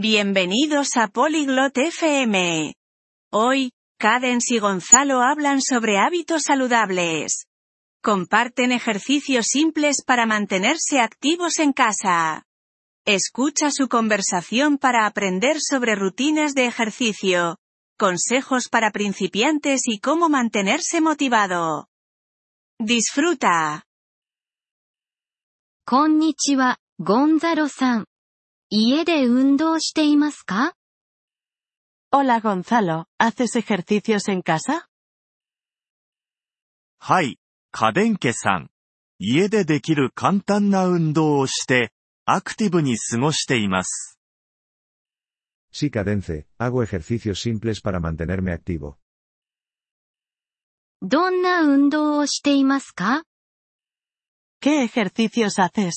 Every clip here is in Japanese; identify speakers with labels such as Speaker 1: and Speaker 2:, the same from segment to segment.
Speaker 1: Bienvenidos a Polyglot FM. Hoy, Cadence y Gonzalo hablan sobre hábitos saludables. Comparten ejercicios simples para mantenerse activos en casa. Escucha su conversación para aprender sobre rutinas de ejercicio, consejos para principiantes y cómo mantenerse motivado. Disfruta.
Speaker 2: こんにちは、ゴンザロさん。家で運動していますか
Speaker 3: Hola Gonzalo, ¿haces ejercicios en casa?
Speaker 4: はい、家電家さん。家でできる簡単な運動をして、アクティブに過ごしています。
Speaker 5: Sí, Cadence, hago ejercicios simples para mantenerme activo.
Speaker 2: どんな運動をしていますか
Speaker 3: ¿Qué ejercicios haces?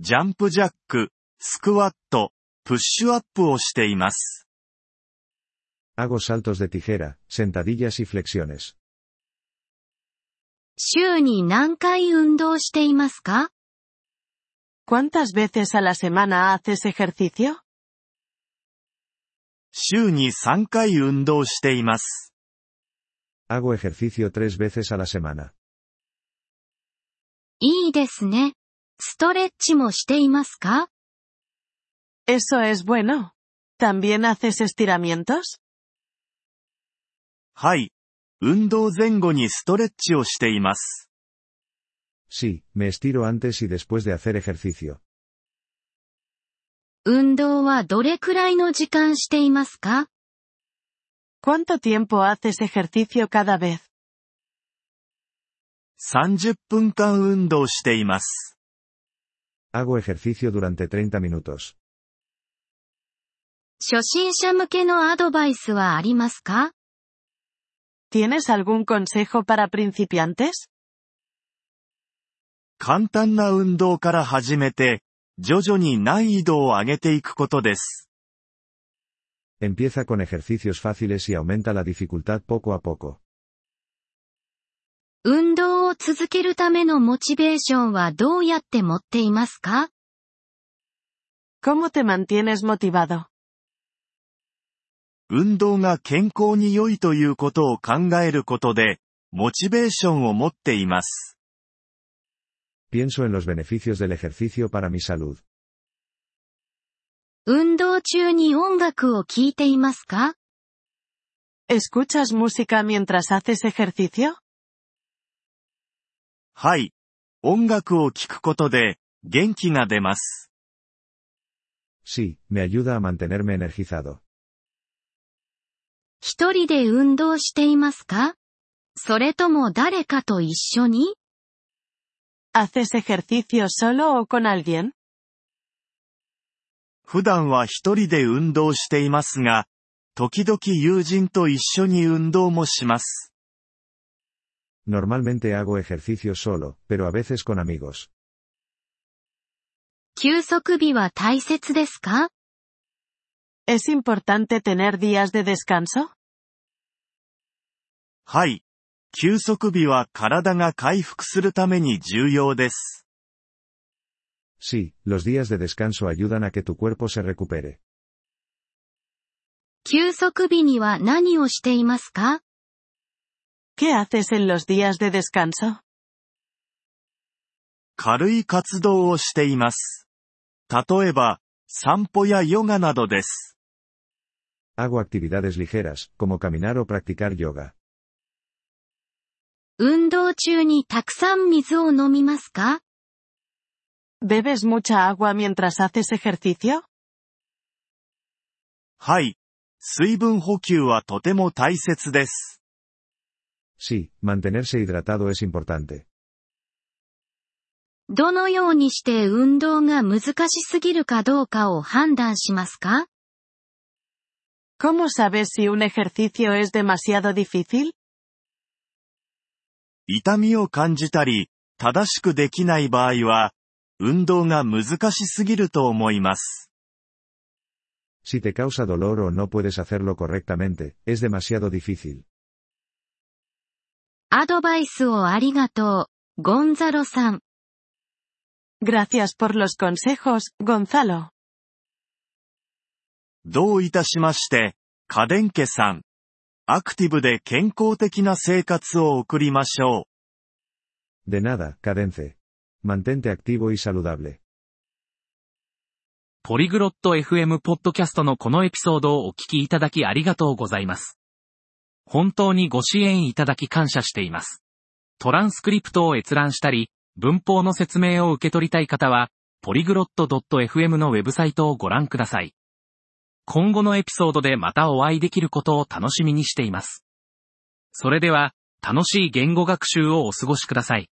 Speaker 4: ジャンプジャック、スクワット、プッシュアップをしています。
Speaker 5: Hago saltos de tijera, sentadillas y flexiones.
Speaker 2: 週に何回運動していますか
Speaker 3: ¿Cuántas veces a la semana haces ejercicio?
Speaker 4: 週に3回運動しています。
Speaker 5: Hago ejercicio tres veces a la semana.
Speaker 2: いいですね。ストレッチもしていますか
Speaker 3: Eso es bueno. ¿También haces estiramientos?
Speaker 4: はい。運動前後にストレッチをしています。
Speaker 5: Sí, me estiro antes y después de hacer ejercicio.
Speaker 2: 運動はどれくらいの時間していますか
Speaker 3: ¿Cuánto tiempo haces ejercicio cada vez?
Speaker 4: 30分間運動しています。
Speaker 5: Hago ejercicio durante 30 minutos.
Speaker 2: 初心者向けのアドバイスはありますか
Speaker 3: ¿Tienes algún consejo para principiantes?
Speaker 4: 簡単な運動から始めて、徐々に難易度を上げていくことです。
Speaker 5: Empieza con ejercicios fáciles y aumenta la dificultad poco a poco.
Speaker 2: 運動を続けるためのモチベーションはどうやって持っていますか
Speaker 3: ¿Cómo te mantienes motivado?
Speaker 4: 運動が健康に良いということを考えることで、モチベーションを持っています。
Speaker 5: Pienso en los beneficios del ejercicio para mi salud.
Speaker 2: 運動中に音楽を聴いていますか
Speaker 3: ¿Escuchas música mientras haces ejercicio?
Speaker 4: はい。音楽を聴くことで、元気が出ます。
Speaker 5: Sí, me ayuda a mantenerme energizado.
Speaker 2: 一人で運動していますかそれとも誰かと一緒に
Speaker 3: ¿Haces ejercicio solo o con alguien?
Speaker 4: 普段は一人で運動していますが、時々友人と一緒に運動もします。
Speaker 5: Normalmente hago ejercicio solo, pero a veces con amigos.
Speaker 2: 休息日は大切ですか
Speaker 3: ¿Es importante tener días de descanso?
Speaker 4: はい。休息日は体が回復するために重要です。
Speaker 5: Sí, los días de descanso ayudan a que tu cuerpo se recupere.
Speaker 2: 休息日には何をしていますか
Speaker 3: ¿Qué haces en los días de descanso?
Speaker 4: 軽い活動をしています。例えば、散歩やヨガなどです。
Speaker 5: Hago actividades ligeras, como caminar o practicar yoga.
Speaker 2: 運動中にたくさん水を飲みますか
Speaker 3: ¿Bebes mucha agua mientras haces ejercicio?
Speaker 4: はい。水分補給はとても大切です。
Speaker 5: Sí, mantenerse hidratado es importante.
Speaker 2: どのようにして運動が難しすぎるかどうかを判断しますか
Speaker 3: ¿Cómo sabes si un ejercicio es demasiado difícil?
Speaker 4: 痛みを感じたり、正しくできない場合は、運動が難しすぎると思います。
Speaker 5: Si te causa dolor o no puedes hacerlo correctamente, es demasiado difícil.
Speaker 2: アドバイスをありがとう、ゴンザロさん。
Speaker 3: Gracias por los consejos, Gonzalo.
Speaker 4: どういたしまして、家電家さん。アクティブで健康的な生活を送りましょう。
Speaker 5: De nada, cadence. Mantente activo y saludable.
Speaker 6: ポリグロット FM ポッドキャストのこのエピソードをお聞きいただきありがとうございます。本当にご支援いただき感謝しています。トランスクリプトを閲覧したり、文法の説明を受け取りたい方は、ポリグロット .fm のウェブサイトをご覧ください。今後のエピソードでまたお会いできることを楽しみにしています。それでは、楽しい言語学習をお過ごしください。